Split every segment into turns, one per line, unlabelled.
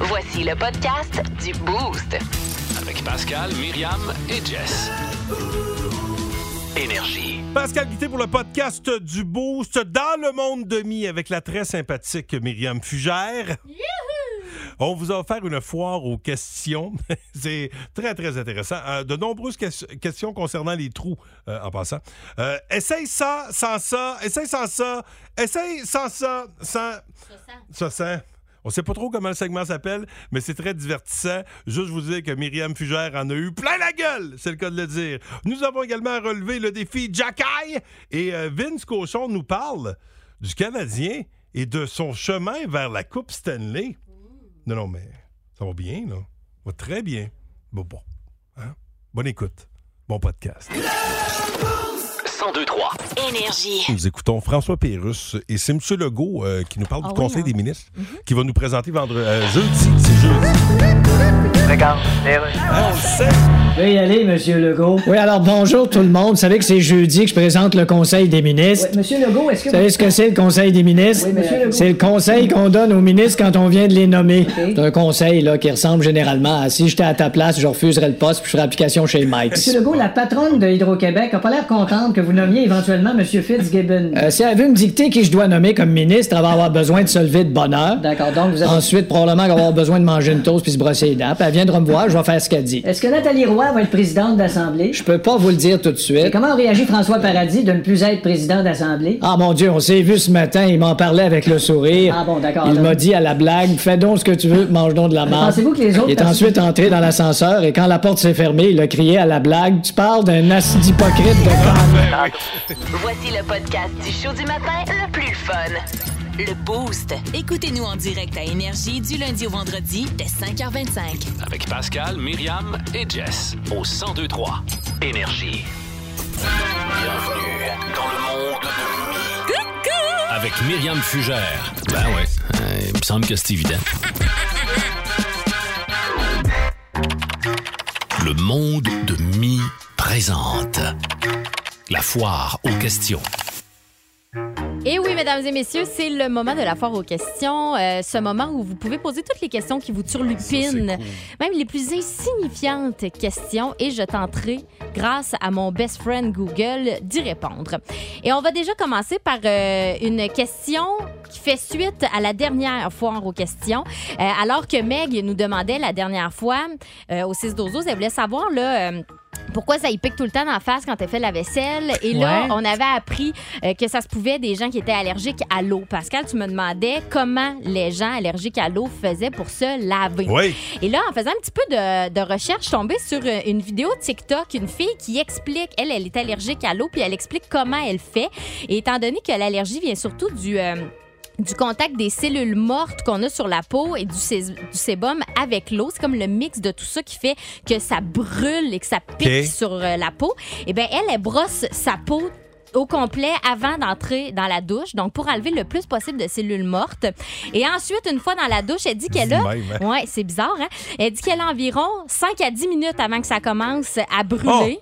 Voici le podcast du Boost.
Avec Pascal, Myriam et Jess. Énergie.
Pascal Guité pour le podcast du Boost dans le monde de mi avec la très sympathique Myriam Fugère. On vous a offert une foire aux questions. C'est très, très intéressant. Euh, de nombreuses que- questions concernant les trous, euh, en passant. Euh, essaye ça, sans ça. Essaye sans ça. Essaye sans ça. Sans... Ça sent. On sait pas trop comment le segment s'appelle, mais c'est très divertissant. Juste vous dire que Myriam Fugère en a eu plein la gueule, c'est le cas de le dire. Nous avons également relevé le défi Jacky et euh, Vince Cochon nous parle du Canadien et de son chemin vers la Coupe Stanley. Non, non, mais ça va bien, là. Ça va très bien. Bon, bon. Hein? Bonne écoute. Bon podcast.
1023.
Énergie.
Nous écoutons François Pérus et c'est M. Legault euh, qui nous parle
Ah
du
hein?
Conseil des ministres
Mhm.
qui va nous présenter vendredi. euh, jeudi, c'est jeudi. Ah,
Ah,
On le sait.
Veuillez aller, Monsieur Legault.
Oui, alors bonjour tout le monde. Vous savez que c'est jeudi que je présente le Conseil des ministres.
Monsieur Legault, est-ce que
Vous savez ce que c'est le Conseil des ministres?
Oui, monsieur Legault.
c'est le conseil qu'on donne aux ministres quand on vient de les nommer.
OK.
C'est un conseil là, qui ressemble généralement à si j'étais à ta place, je refuserais le poste puis je ferais application chez Mike.
Monsieur Legault, la patronne de Hydro-Québec a pas l'air contente que vous nommiez éventuellement Monsieur Fitzgibbon.
Euh, si elle veut me dicter qui je dois nommer comme ministre, elle va avoir besoin de se lever de bonne heure.
D'accord, donc vous avez...
Ensuite, probablement qu'elle va avoir besoin de manger une toast puis se brosser les dents. Puis elle viendra me voir, je vais faire ce qu'elle dit.
Est-ce que Nathalie Roy va être présidente d'Assemblée?
Je peux pas vous le dire tout de
Et
suite.
comment réagit François Paradis de ne plus être président d'Assemblée?
Ah mon Dieu, on s'est vu ce matin, il m'en parlait avec le sourire.
Ah bon, d'accord,
Il
donc.
m'a dit à la blague, fais donc ce que tu veux, mange donc de la marde.
Pensez-vous que les autres
ben, Il est
personnes-
ensuite entré dans l'ascenseur et quand la porte s'est fermée, il a crié à la blague, tu parles d'un acide hypocrite de con.
Voici le podcast du show du matin le plus fun. Le Boost.
Écoutez-nous en direct à Énergie du lundi au vendredi dès 5h25.
Avec Pascal, Myriam et Jess. Au 1023. Énergie. Bienvenue dans le monde de Avec Myriam Fugère. Ben ouais, euh, il me semble que c'est évident. Le monde de Mi présente la foire aux questions.
Et oui, mesdames et messieurs, c'est le moment de la foire aux questions. Euh, ce moment où vous pouvez poser toutes les questions qui vous turlupinent, même les plus insignifiantes questions, et je tenterai, grâce à mon best friend Google, d'y répondre. Et on va déjà commencer par euh, une question qui fait suite à la dernière foire aux questions. Euh, alors que Meg nous demandait la dernière fois euh, au 6 12 elle voulait savoir là, euh, pourquoi ça y pique tout le temps en face quand elle fait la vaisselle. Et là,
Ouais.
on avait appris euh, que ça se pouvait des gens qui étaient allergiques à l'eau. Pascal, tu me demandais comment les gens allergiques à l'eau faisaient pour se laver.
Oui.
Et là, en faisant un petit peu de, de recherche, je suis tombée sur euh, une vidéo TikTok, une fille qui explique, elle, elle est allergique à l'eau, puis elle explique comment elle fait. Et étant donné que l'allergie vient surtout du... euh, du contact des cellules mortes qu'on a sur la peau et du, sé- du sébum avec l'eau. C'est comme le mix de tout ça qui fait que ça brûle et que ça pique
Ok.
sur euh, la peau. Eh bien, elle, elle brosse sa peau au complet avant d'entrer dans la douche, donc pour enlever le plus possible de cellules mortes. Et ensuite, une fois dans la douche, elle dit qu'elle a...
Dis-même, hein.
Ouais, c'est bizarre, hein? Elle dit qu'elle a environ 5 à 10 minutes avant que ça commence à brûler.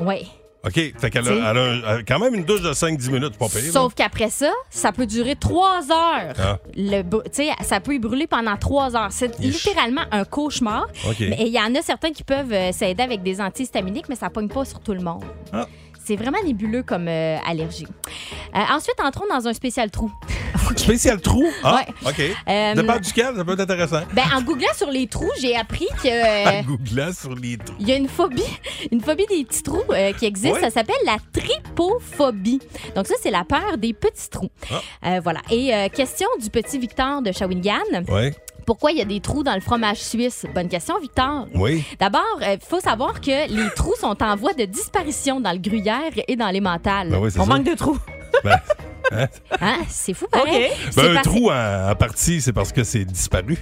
Oh!
Ouais.
OK. Fait qu'elle
Tu sais.
a, elle a un- quand même une douche de 5-10 minutes, c'est pas payé.
Sauf qu'après ça, ça peut durer 3 heures.
Ah.
Le br- tu sais, ça peut y brûler pendant 3 heures. C'est
Ish.
littéralement un cauchemar.
OK.
Mais il y en a certains qui peuvent euh, s'aider avec des antihistaminiques, mais ça pogne pas sur tout le monde.
Ah.
C'est vraiment nébuleux comme euh, allergie. Euh, ensuite, entrons dans un spécial trou.
Spécial trou. Ah,
Ouais.
OK.
Euh,
Dépend duquel, ça peut être intéressant.
ben, en googlant sur les trous, j'ai appris que... euh,
En googlant sur les trous.
Il y a une phobie, une phobie des petits trous euh, qui existe.
Ouais.
Ça s'appelle la tripophobie. Donc ça, c'est la peur des petits trous.
Ah.
Euh, voilà. Et euh, question du petit Victor de Shawinigan.
Oui.
Pourquoi il y a des trous dans le fromage suisse? Bonne question, Victor.
Oui.
D'abord, il faut savoir que les trous sont en voie de disparition dans le gruyère et dans les mentales.
Ben oui, c'est
On
ça.
manque de trous.
Ben,
Hein? C'est fou, pareil.
OK.
C'est
ben, un
parce-
trou en, en partie, c'est parce que c'est disparu.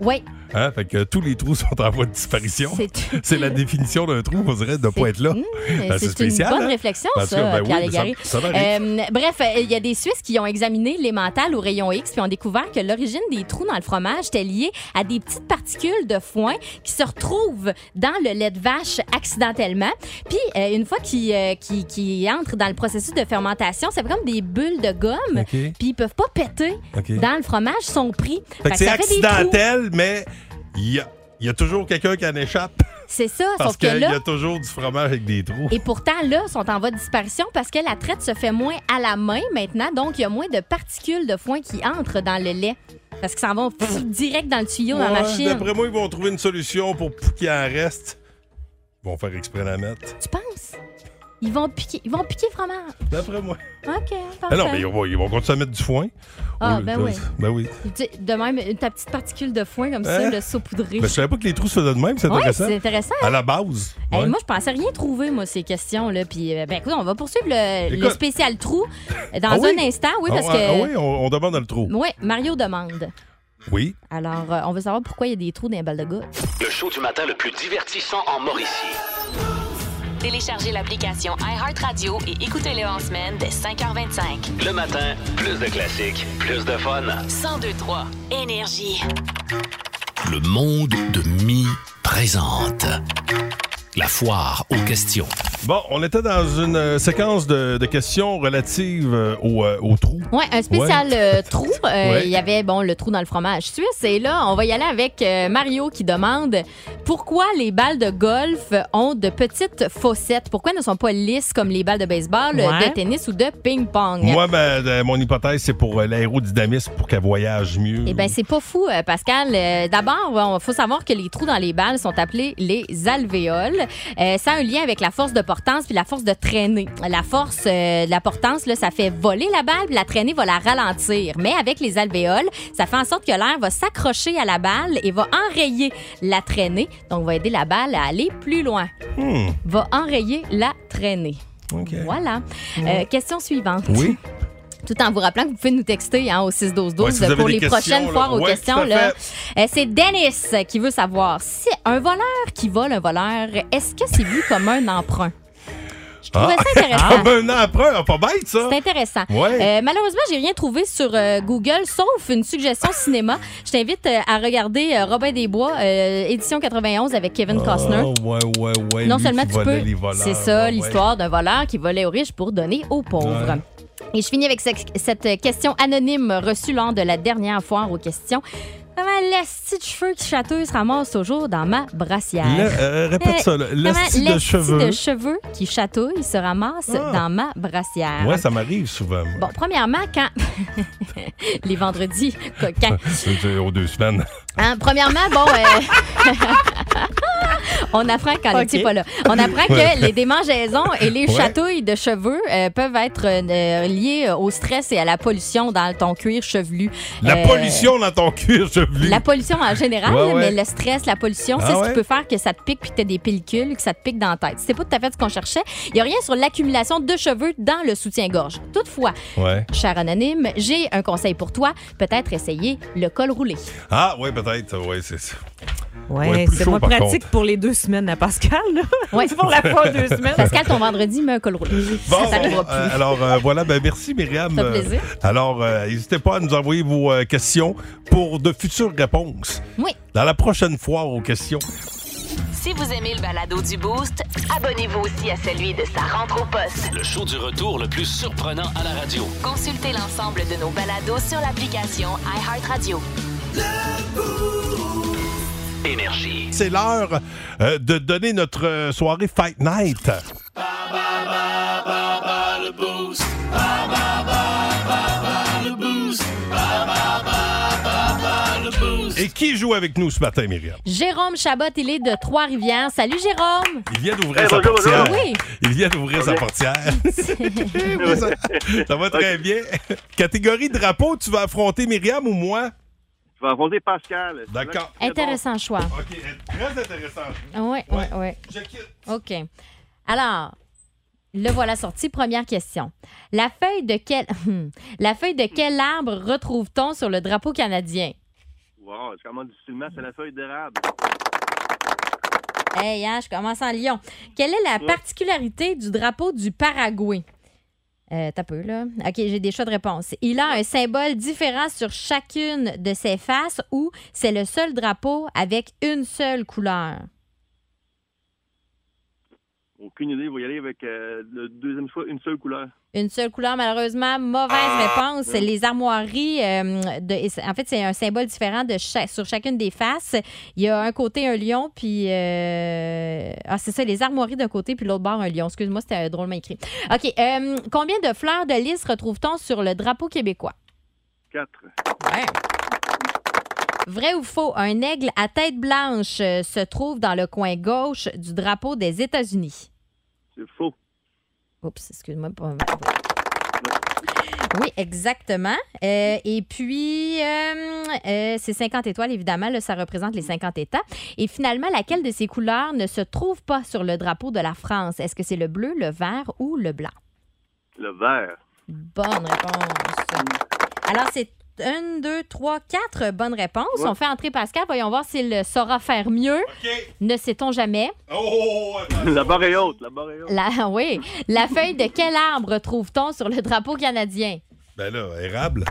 Oui,
Hein, fait que tous les trous sont en voie de disparition.
c'est
C'est la définition d'un trou, on dirait, de ne pas être là.
Mmh,
Ben,
c'est
c'est spécial,
une bonne
hein?
réflexion,
En tout
ça,
cas, ben oui,
Pierre
mais ça-
Légaré.
ça varie.
Euh, bref, euh, il y a des Suisses qui ont examiné les mentales au rayon X puis ont découvert que l'origine des trous dans le fromage était liée à des petites particules de foin qui se retrouvent dans le lait de vache accidentellement. Puis, euh, une fois qu'ils euh, qu'ils- qu'ils entrent dans le processus de fermentation, c'est comme des bulles de gomme.
OK.
Puis, ils peuvent pas péter
OK.
dans le fromage, ils sont pris.
Fait que c'est
ça fait des trous.
accidentel, mais il y a, il y a toujours quelqu'un qui en échappe
C'est ça,
parce
Ah, sauf que
qu'il y
là,
a toujours du fromage avec des trous.
Et pourtant, là, sont en voie de disparition parce que la traite se fait moins à la main maintenant, donc il y a moins de particules de foin qui entrent dans le lait. Parce qu'ils s'en vont pff, direct dans le tuyau, dans la
Ouais,
machine.
D'après moi, ils vont trouver une solution pour p- qu'il en reste. Ils vont faire exprès la mettre.
Tu penses? Ils vont piquer, ils vont piquer le fromage.
D'après moi.
OK,
Ah
parfait.
non, mais ils vont, ils vont continuer à mettre du foin.
Ah,
Oui,
ben
ça-
oui.
Ben oui.
Tu sais, De même, ta petite particule de foin comme ça,
Hein?
le saupoudré.
Mais je savais pas que les trous se faisaient de même, c'est
Ouais,
intéressant.
c'est intéressant.
À la base.
Hey,
ouais.
moi, je pensais rien trouver, moi, ces questions-là. Puis, euh, ben, écoute, on va poursuivre le,
Écoute.
le spécial trou euh, dans
Ah oui?
un instant. Oui,
Ah,
parce
ah,
que.
ah oui, on, on demande dans le trou.
Ouais, Mario demande.
Oui.
Alors, euh, on veut savoir pourquoi il y a des trous dans les balles de gars.
Le show du matin le plus divertissant en Mauricie.
Téléchargez l'application iHeartRadio et écoutez-le en semaine dès 5h25.
Le matin, plus de classiques, plus de fun.
1023 Énergie.
Le monde de Mi présente la foire aux questions.
Bon, on était dans une euh, séquence de, de questions relatives euh, au, euh, au trou.
Ouais, un spécial euh, trou. Euh,
Ouais.
Il y avait bon le trou dans le fromage suisse. Et là, on va y aller avec euh, Mario qui demande pourquoi les balles de golf ont de petites fossettes. Pourquoi ne sont pas lisses comme les balles de baseball, euh,
Ouais.
de tennis ou de ping-pong?
Moi, ben, euh, mon hypothèse, c'est pour euh, l'aérodynamisme, pour qu'elle voyage mieux.
Eh bien, c'est pas fou, euh, Pascal. Euh, D'abord, il faut savoir que les trous dans les balles sont appelés les alvéoles. Euh, ça a un lien avec la force de portance puis la force de traînée. La force euh, de la portance, là, ça fait voler la balle, puis la traînée va la ralentir. Mais avec les alvéoles, ça fait en sorte que l'air va s'accrocher à la balle et va enrayer la traînée. Donc, va aider la balle à aller plus loin.
Hmm,
Va enrayer la traînée.
OK.
Voilà. Euh, question suivante.
Oui.
Tout en vous rappelant que vous pouvez nous texter hein, au 6 12
Ouais,
12
si vous avez
pour
des
les
questions,
prochaines
là.
foires aux
Ouais, tout
questions.
à
Là.
fait.
Euh, c'est Dennis qui veut savoir si un voleur qui vole un voleur, est-ce que c'est vu comme un emprunt? Je trouvais ça
Ah,
intéressant.
ben, un an après, ah, pas bête, ça.
C'est intéressant.
Ouais.
Euh, malheureusement, j'ai rien trouvé sur euh, Google, sauf une suggestion cinéma. Je t'invite euh, à regarder euh, Robin des Bois, euh, édition 91 avec Kevin Costner.
Ah, ouais, ouais, ouais.
Non
lui
seulement
qui
tu
volait
peux.
les voleurs, Ah
C'est ça,
ouais, ouais.
l'histoire d'un voleur qui volait aux riches pour donner aux pauvres.
Ouais.
Et je finis avec ce- cette question anonyme reçue lors de la dernière foire aux questions. Comment l'esti de cheveux qui chatouille se ramasse toujours dans ma brassière?
Le- euh, répète
Euh,
ça, là.
Comment
L'esti de
l'esti
cheveux.
de cheveux qui chatouille se ramasse
Ah.
dans ma brassière?
Ouais, ça m'arrive souvent. moi.
Bon, premièrement, quand. Les vendredis, quoi, quand.
C'est- c'est aux deux semaines.
Hein, premièrement, bon. euh, On apprend quand le
Ok.
petit pas là. On apprend
Ouais.
que les démangeaisons et les
Ouais.
chatouilles de cheveux euh, peuvent être euh, liées au stress et à la pollution dans ton cuir chevelu.
La
Euh,
pollution dans ton cuir chevelu.
La pollution en général,
Ouais, ouais.
mais le stress, la pollution,
Ah
c'est ce
ouais?
qui peut faire que ça te pique puis que t'as des pellicules, que ça te pique dans la tête. C'était pas tout à fait ce qu'on cherchait. Il y a rien sur l'accumulation de cheveux dans le soutien-gorge. Toutefois,
Ouais.
cher anonyme, j'ai un conseil pour toi. Peut-être essayer le col roulé.
Ah, ouais, peut-être. Ouais, c'est ça.
Ouais,
Ouais, plus
c'est
chaud,
moins
par
pratique
contre.
pour les deux semaines à Pascal. Là.
Ouais.
c'est pour la fois deux semaines.
Pascal, ton vendredi, mets un col roulé.
Bon,
ça t'arrivera plus.
euh, alors euh, voilà, ben merci Myriam.
Ça fait
Euh,
plaisir.
alors, euh, n'hésitez pas à nous envoyer vos euh, questions pour de futures réponses.
Oui.
Dans la prochaine foire aux questions.
Si vous aimez le balado du Boost,
Abonnez-vous aussi à celui de sa rentre au poste.
Le show du retour le plus surprenant à la radio.
consultez l'ensemble de nos balados sur l'application iHeartRadio.
Énergie.
C'est l'heure euh, de donner notre euh, soirée Fight Night. Et qui joue avec nous ce matin, Myriam?
Jérôme Chabot, il est de Trois-Rivières. Salut, Jérôme!
Il vient d'ouvrir sa portière.
Oui.
Il vient d'ouvrir sa portière. Oui, ça, ça va très bien. Catégorie drapeau, tu vas affronter Myriam ou moi?
Je vais affronter Pascal.
D'accord.
Intéressant choix.
OK, très intéressant.
Oui, oui, oui.
Je quitte.
OK. Alors, le voilà sorti. Première question. La feuille de quel, la feuille de quel arbre retrouve-t-on sur le drapeau canadien?
Wow, je commande difficilement, c'est la feuille d'érable.
Hey, hein, je commence en Lyon. Quelle est la
Ouais.
particularité du drapeau du Paraguay? Euh, T'as peu, là. OK, j'ai des choix de réponse. Il a un symbole différent sur chacune de ses faces ou c'est le seul drapeau avec une seule couleur?
Aucune idée, vous y aller avec euh, le deuxième choix, une seule couleur.
Une seule couleur, malheureusement, mauvaise réponse. Les armoiries, euh, de- et c'est- en fait, c'est un symbole différent de cha- sur chacune des faces. Il y a un côté un lion, puis. euh, Ah, c'est ça, les armoiries d'un côté, puis l'autre bord un lion. Excuse-moi, c'était euh, drôlement écrit. OK. euh, combien de fleurs de lys retrouve-t-on sur le drapeau québécois?
Quatre.
Vrai ou faux, un aigle à tête blanche euh, se trouve dans le coin gauche du drapeau des États-Unis?
C'est faux.
Oups, excuse-moi. pas- Oui, exactement. Euh, et puis, euh, euh, c'est 50 étoiles, évidemment. Là, ça représente les 50 États. Et finalement, laquelle de ces couleurs ne se trouve pas sur le drapeau de la France? Est-ce que c'est le bleu, le vert ou le blanc?
Le vert.
Bonne réponse. Alors, c'est une, deux, trois, quatre bonnes réponses.
Ouais.
On fait entrer Pascal. Voyons voir s'il saura faire mieux.
OK.
Ne sait-on jamais.
Oh, attends.
la barre est haute, la barre est haute.
La, oui. La feuille de quel arbre trouve-t-on sur le drapeau canadien?
Ben là, érable.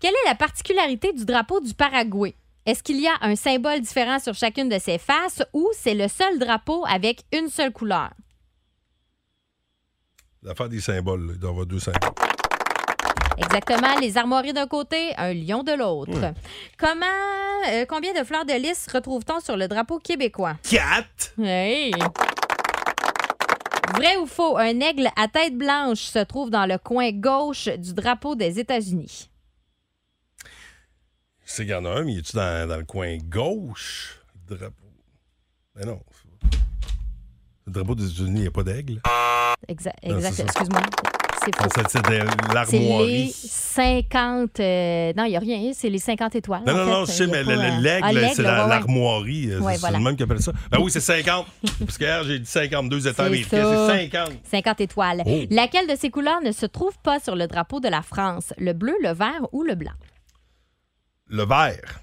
Quelle est la particularité du drapeau du Paraguay? Est-ce qu'il y a un symbole différent sur chacune de ses faces ou c'est le seul drapeau avec une seule couleur?
L'affaire des symboles, là. il doit y avoir deux symboles.
Exactement, les armoiries d'un côté, un lion de l'autre. Comment, euh, combien de fleurs de lys retrouve-t-on sur le drapeau québécois?
Quatre!
Hey! Vrai ou faux, un aigle à tête blanche se trouve dans le coin gauche du drapeau des États-Unis.
C'est qu'il y en a un, mais il est-tu dans, dans le coin gauche? Le drapeau. Ben non. Le drapeau des États-Unis, il n'y a pas d'aigle.
Exact,
Non, c'est
exact-
Ah, ça. Ah,
excuse-moi. C'est faux.
Ça, C'est c'est de
C'est les
l'armoirie.
50. euh, non, il n'y a rien. C'est les 50 étoiles.
Non,
en
non,
fait.
non, je sais,
Y a
mais le-
pas, euh,
le-
ah,
l'aigle, c'est la-
ouais, ouais.
l'armoirie. euh,
Ouais,
C'est
voilà.
le même qui appelle ça. Ben oui, c'est 50. Parce que hier, j'ai dit 52 états
C'est
américains.
ça.
C'est 50.
50 étoiles.
Oh.
Laquelle de ces couleurs ne se trouve pas sur le drapeau de la France? Le bleu, le vert ou le blanc?
Le vert.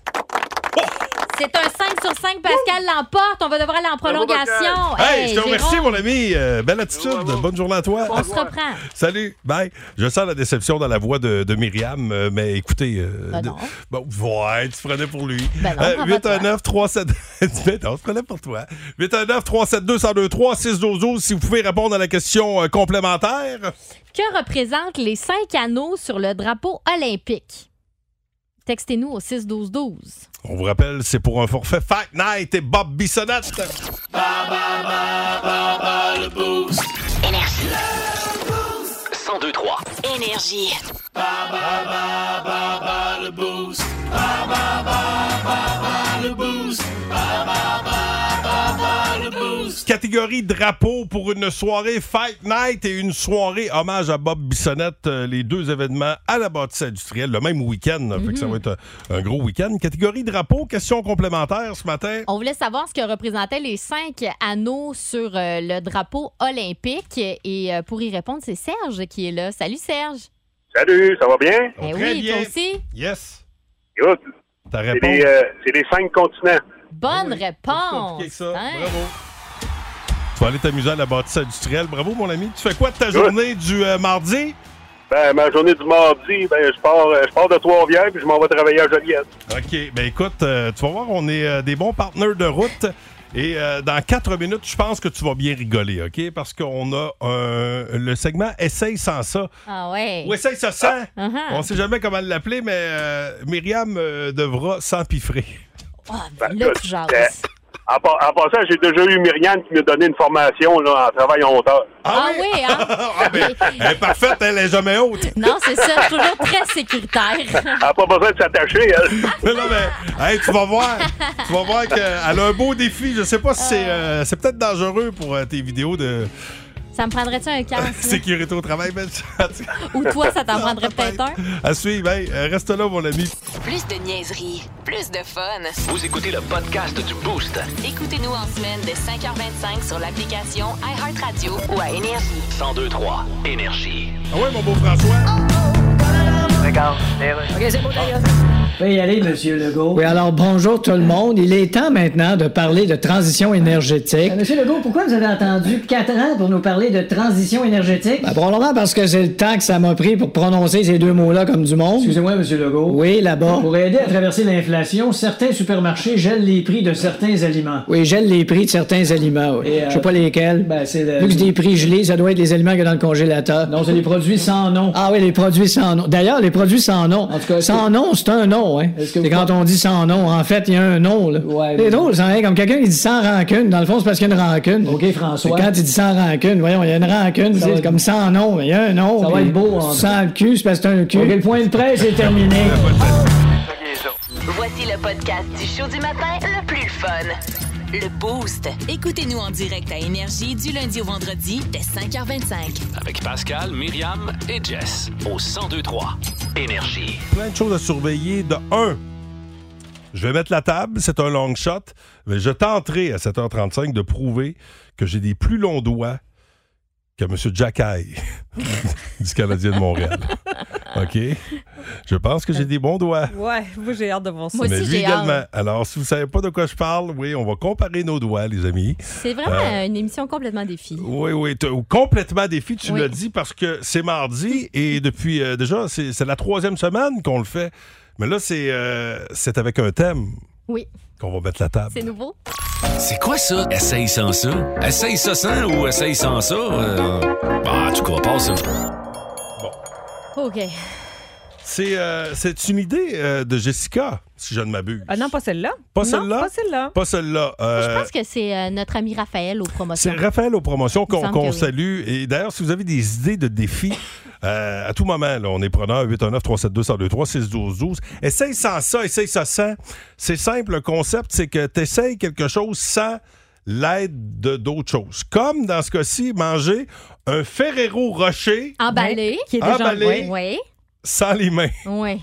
C'est un 5 sur 5. Pascal l'emporte. On va devoir aller en prolongation.
Hey, je te
Jérôme,
remercie, mon ami. Euh, belle attitude.
Bravo.
Bonne journée à toi.
On se reprend.
Salut, bye. Je sens la déception dans la voix de, de Myriam, euh, mais écoutez. euh,
Ben non.
de- bon, ouais, tu te prenais pour lui. Euh,
Ben non, bravo à
819 372 Ben non, on se prenait pour toi. 819 372 1023 612 si vous pouvez répondre à la question euh, complémentaire.
Que représentent les cinq anneaux sur le drapeau olympique? Textez-nous au 6-12-12.
On vous rappelle, c'est pour un forfait Fat Night et Bob Bissonnette.
Énergie.
1023.
Énergie.
Catégorie drapeau pour une soirée Fight Night et une soirée hommage à Bob Bissonnette. Euh, les deux événements à la bâtisse industrielle le même week-end. Fait que ça va être euh, un, un gros week-end. Catégorie drapeau, question complémentaire ce matin.
On voulait savoir ce que représentaient les cinq anneaux sur euh, le drapeau olympique. Et euh, pour y répondre, c'est Serge qui est là. Salut Serge.
Salut, ça va bien?
Eh
Oh, Très
oui,
bien. Ah
toi aussi.
Yes.
Écoute,
Ta
c'est
réponse.
les, euh, c'est les cinq continents.
Bonne
Plus
réponse.
compliqué que ça.
Hein?
Bravo. Tu vas aller t'amuser à la bâtisse industrielle. Bravo, mon ami. Tu fais quoi de ta
Good.
journée du euh, mardi?
Ben, ma journée du mardi, ben, je pars, euh, je pars de Trois-Rivières puis je m'en vais travailler à Joliette.
OK. Ben écoute, euh, tu vas voir, on est euh, des bons partenaires de route. Et euh, dans quatre minutes, je pense que tu vas bien rigoler, OK? Parce qu'on a euh, le segment Essaye sans ça.
Ah ouais.
Ou Essaye ça sans.
Uh-huh.
On sait jamais comment l'appeler, mais euh, Myriam euh, devra s'empiffrer.
Ah, ben
Ben,
là,
écoute,
tu
euh,
jases.
en, pa- en passant, j'ai déjà eu Myriam qui m'a donné une formation là, en travail en hauteur.
Ah oui, hein?
Ah, ben, elle est parfaite, elle est jamais haute.
Non, c'est ça. Je trouve ça très sécuritaire.
Elle n'a pas besoin de s'attacher, elle.
Mais non, mais hey, tu vas voir. Tu vas voir qu'elle a un beau défi. Je sais pas si
Ah.
c'est euh, c'est peut-être dangereux pour euh, tes vidéos de
Ça me prendrait-tu un casque? là?
sécurité au travail, mais
Ou toi, ça t'en prendrait peut-être un?
à suivre. Hey, euh, reste là, mon ami.
Plus de niaiserie. Plus de fun.
Vous écoutez le podcast du Boost.
Écoutez-nous en semaine de 5h25 sur l'application iHeartRadio ou à Énergie.
1023. Énergie.
Ah ouais, mon beau François.
Vous pouvez y aller, Monsieur Legault.
Oui, alors bonjour tout le monde. Il est temps maintenant de parler de transition énergétique.
Euh, Monsieur Legault, pourquoi vous avez attendu quatre ans pour nous parler de transition énergétique?
Ben, probablement parce que c'est le temps que ça m'a pris pour prononcer ces deux mots-là comme du monde.
Excusez-moi, Monsieur Legault.
Oui, là-bas.
Pour aider à traverser l'inflation, certains supermarchés gèlent les prix de certains aliments.
Oui, gèle les prix de certains aliments. oui.
Et, euh,
Je sais pas lesquels.
Ben, c'est le-
Vu que c'est des prix gelés, ça doit être les aliments qu'il y a dans le congélateur.
Non, c'est des produits sans nom.
Ah oui, les produits sans nom. D'ailleurs, les produits sans nom.
En tout cas, est-ce
sans
que-
nom, c'est un nom, hein.
Est-ce que
C'est
vous-
quand on dit sans nom, en fait, il y a un nom, là.
Ouais,
c'est
mais-
drôle, ça, hein, Comme quelqu'un qui dit sans rancune, dans le fond, c'est parce qu'il y a une rancune.
OK, François.
Quand il dit sans rancune, voyons, il y a une rancune, tu sais,
va-
c'est comme sans nom, mais il y a un nom.
Ça va
puis
être beau, en
Sans le cul, c'est parce que c'est un cul.
OK, le point de presse est terminé.
Voici le podcast du show du matin le plus fun. Le Boost.
Écoutez-nous en direct à Énergie du lundi au vendredi dès 5h25.
Avec Pascal, Myriam et Jess au 1023 Énergie.
plein de choses à surveiller. De un, je vais mettre la table, c'est un long shot, mais je tenterai à 7h35 de prouver que j'ai des plus longs doigts que M. Jackay du Canadien de Montréal. OK? Je pense que j'ai des bons doigts.
Ouais, moi j'ai hâte de voir ça.
Moi
mais
aussi,
lui
j'ai hâte.
également. Alors, si vous savez pas de quoi je parle, oui, on va comparer nos doigts, les amis.
C'est vraiment
Euh,
une émission complètement défi.
Oui, oui, t'as- complètement défi, tu
Oui.
l'as dit, parce que c'est mardi et depuis euh, déjà, c'est c'est la troisième semaine qu'on le fait. Mais là, c'est euh, c'est avec un thème
Oui,
qu'on va mettre la table.
c'est nouveau.
C'est quoi ça? Essaye sans ça. Essaye ça sans ou essaye sans ça. euh, Bah, tu crois pas ça.
OK.
Euh. C'est euh, c'est une idée euh, de Jessica, si je ne m'abuse.
Ah non, pas celle-là.
Pas
Non,
celle-là?
Pas celle-là.
Pas celle-là.
Je
euh,
pense que c'est euh, notre ami Raphaël aux
C'est
promotions.
Raphaël aux promotions
Il me
qu'on
semble que
qu'on
oui.
salue. Et d'ailleurs, si vous avez des idées de défis, euh, à tout moment, là, on est preneur 819 372 1023 612 12 Essaye sans ça, essaye ça sans. C'est simple, le concept, c'est que tu essayes quelque chose sans l'aide de d'autres choses. Comme dans ce cas-ci, manger un Ferrero Rocher
Emballé.
Qui est déjà
Emballé.
ouais.
Oui,
sans les mains.
oui.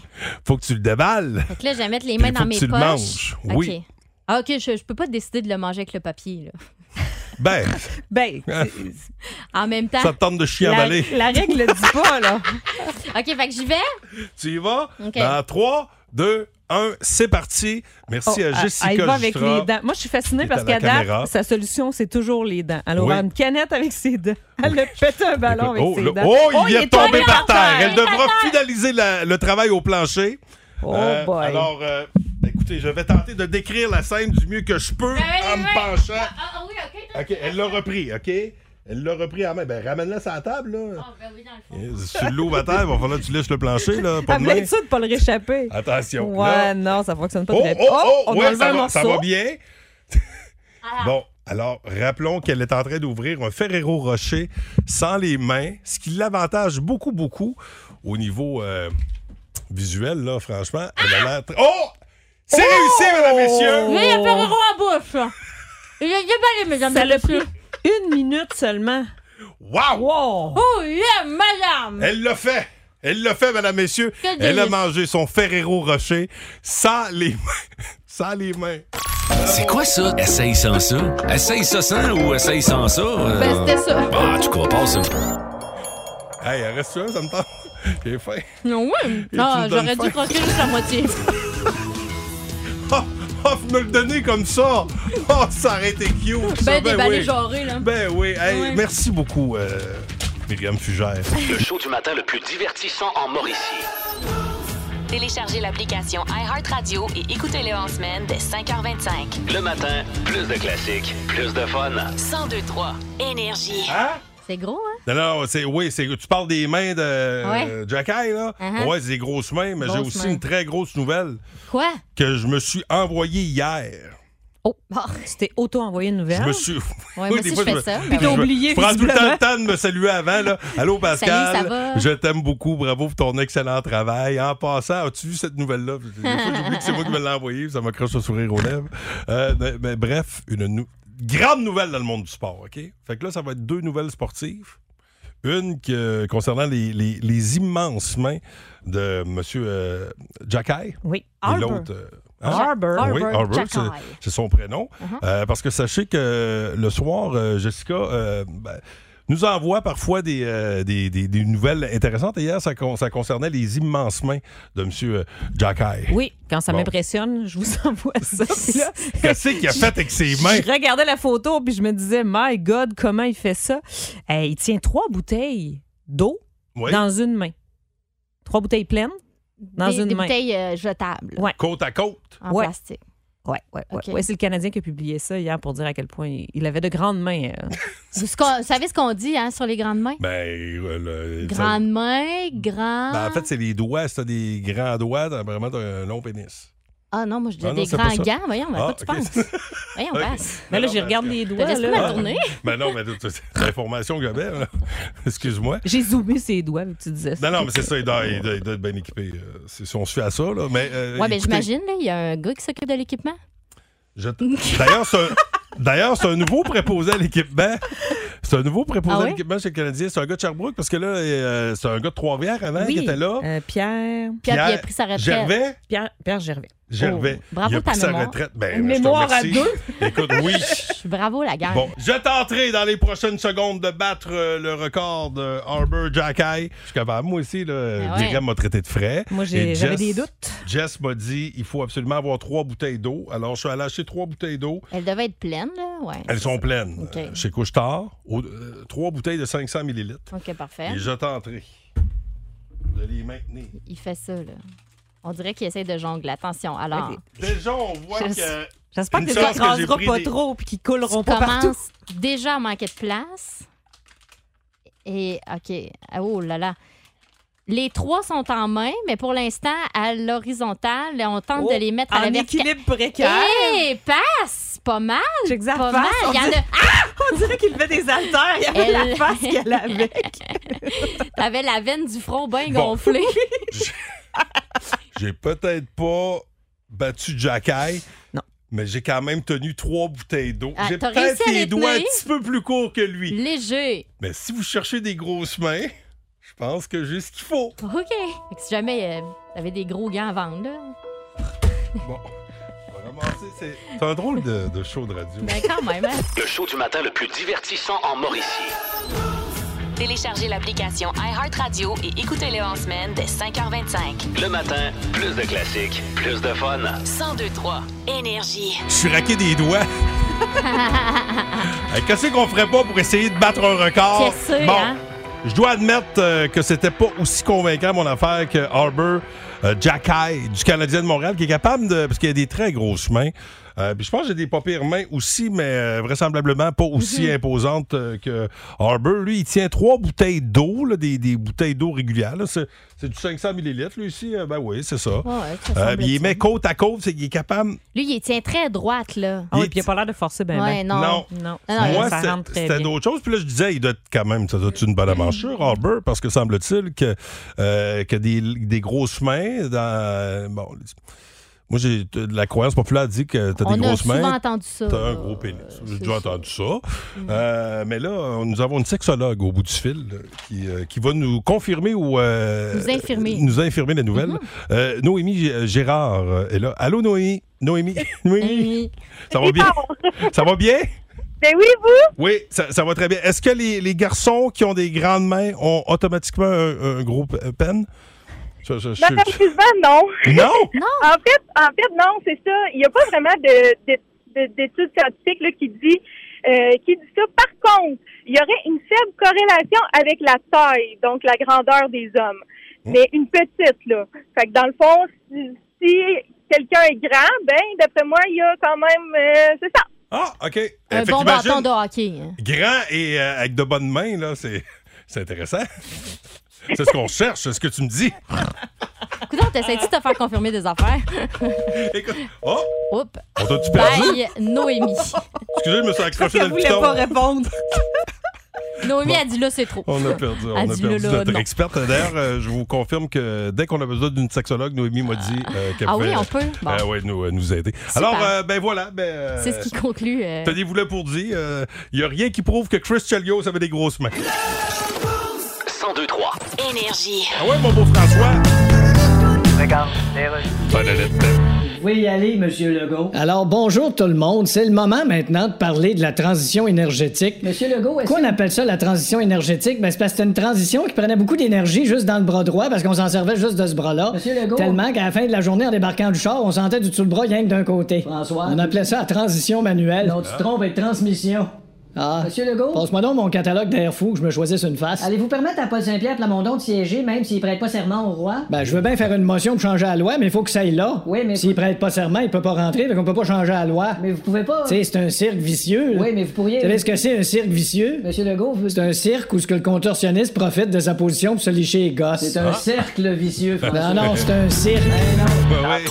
Faut que tu le déballes.
Fait que là, je vais mettre les
Puis
mains
il faut
dans
que
mes
tu le
poches.
manges, oui.
OK. Ah, OK, je, je peux pas décider de le manger avec le papier. là.
Ben,
Ben, c'est-
En même temps.
ça te tente de chier
la,
avaler.
la règle le dit pas, là.
OK, fait que j'y vais.
Tu y vas?
OK.
Dans 3, 2, 1, c'est parti. Merci
Oh,
à
ah,
elle-
Jessica.
elle va avec
Justra.
les dents. Moi, je suis fascinée
qui est à
parce
la
qu'à date,
caméra.
sa solution, c'est toujours les dents. Elle aura
Oui.
une canette avec ses dents. Elle le pète un ballon avec
oh,
ses
le-
dents.
oh, il vient
est
de tomber par terre.
Il
Elle
est à
devra finaliser la- le travail au plancher.
Oh
Euh,
boy.
Alors, euh, écoutez, je vais tenter de décrire la scène du mieux que je peux en me penchant.
Ah oui, OK.
OK, elle l'a repris, OK? Elle l'a repris en main. Ben, ramène-la sur la table, là. Eh, Si tu l'ouvres à terre, il va falloir que tu lèches le plancher, là. Pas
Elle voulait
demain.
être sûre de pas le réchapper.
Attention.
Ouais,
là.
non, ça fonctionne pas
Oh,
très bien.
oh, oh,
on
ouais,
enlève
ça,
un
va,
morceau.
ça va bien. bon, alors, rappelons qu'elle est en train d'ouvrir un Ferrero Rocher sans les mains, ce qui l'avantage beaucoup, beaucoup au niveau euh, visuel, là, franchement. Elle a l'air tr- Oh! C'est
Oh!
réussi, mesdames, messieurs!
Mais il y a
Oh.
Ferrero en bouche. Il a déballé, mesdames
Ça
et
l'a pris
messieurs.
une minute seulement.
Wow!
Wow!
Oh, yeah, madame.
Elle l'a fait! Elle l'a fait, mesdames, messieurs.
Quelle
Elle a
délice.
mangé son Ferrero Rocher sans les mains. sans les mains.
C'est quoi ça? Essaye sans ça. Essaye ça sans ou essaye sans ça. euh,
Ben, c'était ça.
Bah, tu crois pas ça.
Hey, reste là, ça me tente. J'ai faim.
Non, oui. Non,
me donnes
Ah, j'aurais
faim.
dû croquer juste la moitié. Ben,
Oh, oh, vous me le donnez comme ça. Oh, ça aurait été cute. ça.
Ben, déballé,
oui.
genré, là.
Ben oui. Hey,
Ouais.
Merci beaucoup, euh, Myriam Fugère.
Le show du matin le plus divertissant en Mauricie.
Téléchargez l'application iHeartRadio et écoutez-le en semaine dès 5h25.
Le matin, plus de classiques, plus de fun.
1023 Énergie.
Hein?
C'est gros, hein?
Non, non, c'est, oui, c'est, tu parles des mains de euh, Jack High, là.
Uh-huh.
Ouais, c'est des grosses mains, mais j'ai
Grosses
aussi
mains.
une très grosse nouvelle
Quoi?
que je me suis envoyée hier.
Oh, bon.
Tu t'es auto-envoyé une nouvelle.
Je me suis.
Ouais, moi aussi, je fais ça. Ben
Puis
oui. oublié,
Ah, Je prends tout le temps
visiblement.
le temps de me saluer avant. Là. Allô, Pascal.
Salut, ça va?
Je t'aime beaucoup. Bravo pour ton excellent travail. En passant, as-tu vu cette nouvelle-là? Des fois, J'oublie que c'est moi qui me l'ai envoyée. puis Ça m'accroche le sourire aux lèvres. Euh, ben, ben, bref, une nou- grande nouvelle dans le monde du sport. OK? Fait que là, ça va être deux nouvelles sportives. Une que- concernant les, les- les immenses mains de M. Jackay.
Oui.
Et
Harbour.
l'autre. euh, hein?
Harbour.
Oui,
Harbour
Harbour, c'est-
Jackal.
Uh-huh.
c'est son prénom. Euh, parce que sachez que le soir, euh, Jessica, euh, ben, nous envoie parfois des, euh, des, des- des nouvelles intéressantes. Et Hier, ça, con- ça concernait les immenses mains de M. euh, Jack High.
Oui, quand ça
Bon.
m'impressionne, je vous envoie ça. Puis là,
Qu'est-ce qu'il a fait avec ses mains?
Je regardais la photo puis je me disais, My God, comment il fait ça? Eh, il tient trois bouteilles d'eau
Oui.
dans une main. Trois bouteilles pleines dans
des,
une
des
main.
bouteilles euh, jetables
Ouais.
Côte à côte.
en
Ouais.
plastique.
Ouais, ouais, ouais.
Ok.
Ouais, c'est le Canadien qui a publié ça hier pour dire à quel point il avait de grandes mains. euh.
Vous, ce qu'on- vous savez ce qu'on dit hein, sur les grandes mains?
Ben, euh, le- ça-
Grandes mains, grand.
ben, en fait, c'est les doigts. Si t'as des grands doigts, t'as vraiment t'as un long pénis.
ah non, moi je dis
Ah non,
des
c'est pas
grands
ça.
gants. Voyons, mais à
Ah,
quoi tu
ok.
penses? Voyons,
Ok.
passe.
Mais là,
non,
j'y
mais-
regarde les doigts.
T'as laissé
là.
ma tournée?
Ben non, mais t- t- c'est l'information que j'avais, là. excuse-moi.
J'ai zoomé ses doigts, vu que tu disais ça.
Non, non, mais c'est ça, il doit, il doit- il doit être bien équipé. euh, c'est- Si on se fait à ça, là. Mais, euh,
Ouais, ben
écoutez,
j'imagine, là, il y a un gars qui s'occupe de l'équipement.
je t- D'ailleurs, c'est un... D'ailleurs, c'est un nouveau préposé à l'équipement. C'est un nouveau préposé
Ah
à
ouais?
l'équipement chez le Canadien. C'est un gars de Sherbrooke, parce que là, euh, c'est un gars de Trois-Rivières avant
Oui.
qui était là.
Euh, Pierre,
Puis après, il a
Pierre
pris sa retraite.
Gervais,
Pierre, Pierre Gervais.
Gervais.
bravo
il a
ta
pris sa
mémoire.
retraite. Ben,
Une
je te
mémoire à
remercie. Écoute, oui.
Bravo, la gang.
Bon, je tenterai dans les prochaines secondes de battre euh, le record de Harbour Jacky. Je suis capable. Moi aussi, là,
Ah ouais.
Myriam m'a traité de frais.
Moi, j'ai-
Et
j'avais
Jess-
des doutes.
Jess m'a dit il faut absolument avoir trois bouteilles d'eau. Alors, je suis allé acheter trois bouteilles d'eau.
Elle devait être pleine, là. Ouais.
Elles sont pleines.
Ok.
Euh, Chez Couche-Tard, au- euh, trois bouteilles de 500 millilitres.
OK, parfait.
Et je tenterai de les maintenir.
Il fait ça, là. On dirait qu'il essaie de jongler. Attention, alors.
Ok.
Déjà, on voit
Jess.
que.
J'espère
Une
que tu
chance que j'ai
écraseras
pris
pas
des-
trop puis qu'ils
Tu
couleront pas partout.
commences déjà à manquer de place. Et, OK. Ah, Oh là là. Les trois sont en main, mais pour l'instant, à l'horizontale, on tente
Oh,
de les mettre à la
En
verticale.
équilibre précaire.
Hé, passe! Pas mal,
J'exagère
pas mal.
Ah, On,
Il y en
dirait-
a... Ah,
on dirait qu'il fait des haltères. Il y avait
Elle-
la face qu'elle avait.
T'avais la veine du front bien
Bon.
gonflée.
J'ai peut-être pas battu Jacky.
Non.
Mais j'ai quand même tenu trois bouteilles d'eau.
Ah,
j'ai
t'as réussi
peut-être
à
les
les
doigts un
tenir?
petit peu plus courts que lui.
Léger.
Mais si vous cherchez des grosses mains, je pense que j'ai ce qu'il faut.
OK. Fait que si jamais euh, t'avais des gros gants à vendre, là.
Bon, on va ramasser. C'est c'est un drôle de, de show de radio.
Ben, quand même, hein.
Le show du matin le plus divertissant en Mauricie.
Téléchargez l'application iHeartRadio et écoutez-le en semaine dès 5h25.
Le matin, plus de classiques, plus de fun.
1023 Énergie.
Je suis raqué des doigts. Hey, Qu'est-ce qu'on ferait pas pour essayer de battre un record?
C'est sûr,
bon,
hein?
je dois admettre euh, que c'était pas aussi convaincant mon affaire que Harbour euh, Jack High du Canadien de Montréal, qui est capable de. Parce qu'il y a des très grosses mains. Euh, puis je pense que j'ai des pas pires mains aussi, mais euh, vraisemblablement pas aussi
Mm-hmm.
imposantes euh, que Harbour. Lui, il tient trois bouteilles d'eau, là, des, des bouteilles d'eau régulières. là. C'est c'est du 500 millilitres, lui, ici. Euh, ben oui, c'est ça.
Ouais, ouais, ça
Ah,
Euh,
semble
puis il
ça.
met côte à côte, c'est qu'il est capable.
Lui, il tient très droite, là.
Ah oui,
Il-
puis il a pas l'air de forcer ben
ouais,
ben.
non.
Non.
Non,
Ah, non,
Moi,
ça
c'est-
rentre très
c'était
bien.
d'autres choses. Puis là, je disais, il doit être quand même, ça doit être une bonne amanchure, Harbour, parce que semble-t-il que, euh, que des, des grosses mains. Dans, bon, moi, j'ai de la croyance populaire dit que t'as des
On a
grosses
souvent
mains.
entendu ça.
T'as
là.
un gros pénis.
Euh,
J'ai
c'est
déjà
ça. Mm-hmm.
entendu ça. Euh, mais là, euh, nous avons une sexologue au bout du fil là, qui, euh, qui va nous confirmer ou. euh,
Nous infirmer. Mm-hmm.
Nous infirmer la nouvelle. Euh, Noémie G- Gérard euh, est là. Allô, Noémie? Noémie? Noémie?
Oui.
Ça va bien? Ça va bien?
Ben oui, vous?
Oui, ça, ça va très bien. Est-ce que les, les garçons qui ont des grandes mains ont automatiquement un, un gros p- peine? Je- je- je-
Ben,
je-
souvent, non.
Non!
En fait, en fait, non, c'est ça. Il n'y a pas vraiment de, de- de- d'études scientifiques là, qui dit euh, qui dit ça. Par contre, il y aurait une faible corrélation avec la taille, donc la grandeur des hommes.
Oh.
Mais une petite, là. Fait que dans le fond, si, si quelqu'un est grand, ben d'après moi, il y a quand même euh, c'est ça.
Ah, OK.
Un
Fait
bon
qu'imagine,
bâton de hockey. hein.
Grand et euh, avec de bonnes mains, là, c'est, c'est intéressant. C'est ce qu'on cherche, c'est ce que tu me dis.
Coudon, t'essaies-tu de te faire confirmer des affaires?
Écoute- Oh!
Oups.
On t'a-tu
Ben,
perdu?
Bye, Noémie.
Excusez, je me suis accroché dans
Elle
le
voulait pas
piton.
répondre.
Noémie a dit là, c'est trop.
On a perdu, on
Ah,
a
dis-le
perdu
là,
notre
non.
experte. D'ailleurs, euh, je vous confirme que dès qu'on a besoin d'une sexologue, Noémie m'a dit euh, qu'elle
Ah oui,
pouvait
on peut? Bon.
euh, ouais, nous, euh, nous aider. Alors, euh, ben voilà. Ben, euh,
C'est ce qui conclut. euh,
Tenez-vous là pour dire, il n'y a rien qui prouve que Chris Chelios avait des grosses mains.
1023.
Énergie.
Ah ouais, mon beau François?
Vous pouvez y aller, Monsieur Legault.
Alors, bonjour tout le monde. C'est le moment maintenant de parler de la transition énergétique.
Monsieur Legault, est-ce
Pourquoi on appelle ça la transition énergétique? Ben, c'est parce que c'était une transition qui prenait beaucoup d'énergie juste dans le bras droit parce qu'on s'en servait juste de ce bras-là.
Monsieur Legault.
Tellement qu'à la fin de la journée, en débarquant du char, on sentait du tout le bras rien que d'un côté.
François.
On appelait ça la transition manuelle.
Ah. Non, tu te trompes avec transmission.
Ah.
Monsieur Legault.
Passe-moi donc mon catalogue d'air fou que je me choisisse une face.
Allez-vous permettre à Paul Saint-Pierre Plamondon de siéger, même s'il prête pas serment au roi?
Ben, je veux bien faire une motion pour changer la loi, mais il faut que ça aille là.
Oui, mais-
S'il prête pas serment, il peut pas rentrer, donc on peut pas changer la loi.
Mais vous pouvez pas.
Tu sais, c'est un cirque vicieux. là.
Oui, mais vous pourriez.
Tu savez ce que c'est, un cirque vicieux?
Monsieur Legault, vous-
C'est un cirque où ce que le contorsionniste profite de sa position pour se licher les gosses.
C'est un cercle vicieux, François.
Non, non, c'est un cirque.
Ben oui.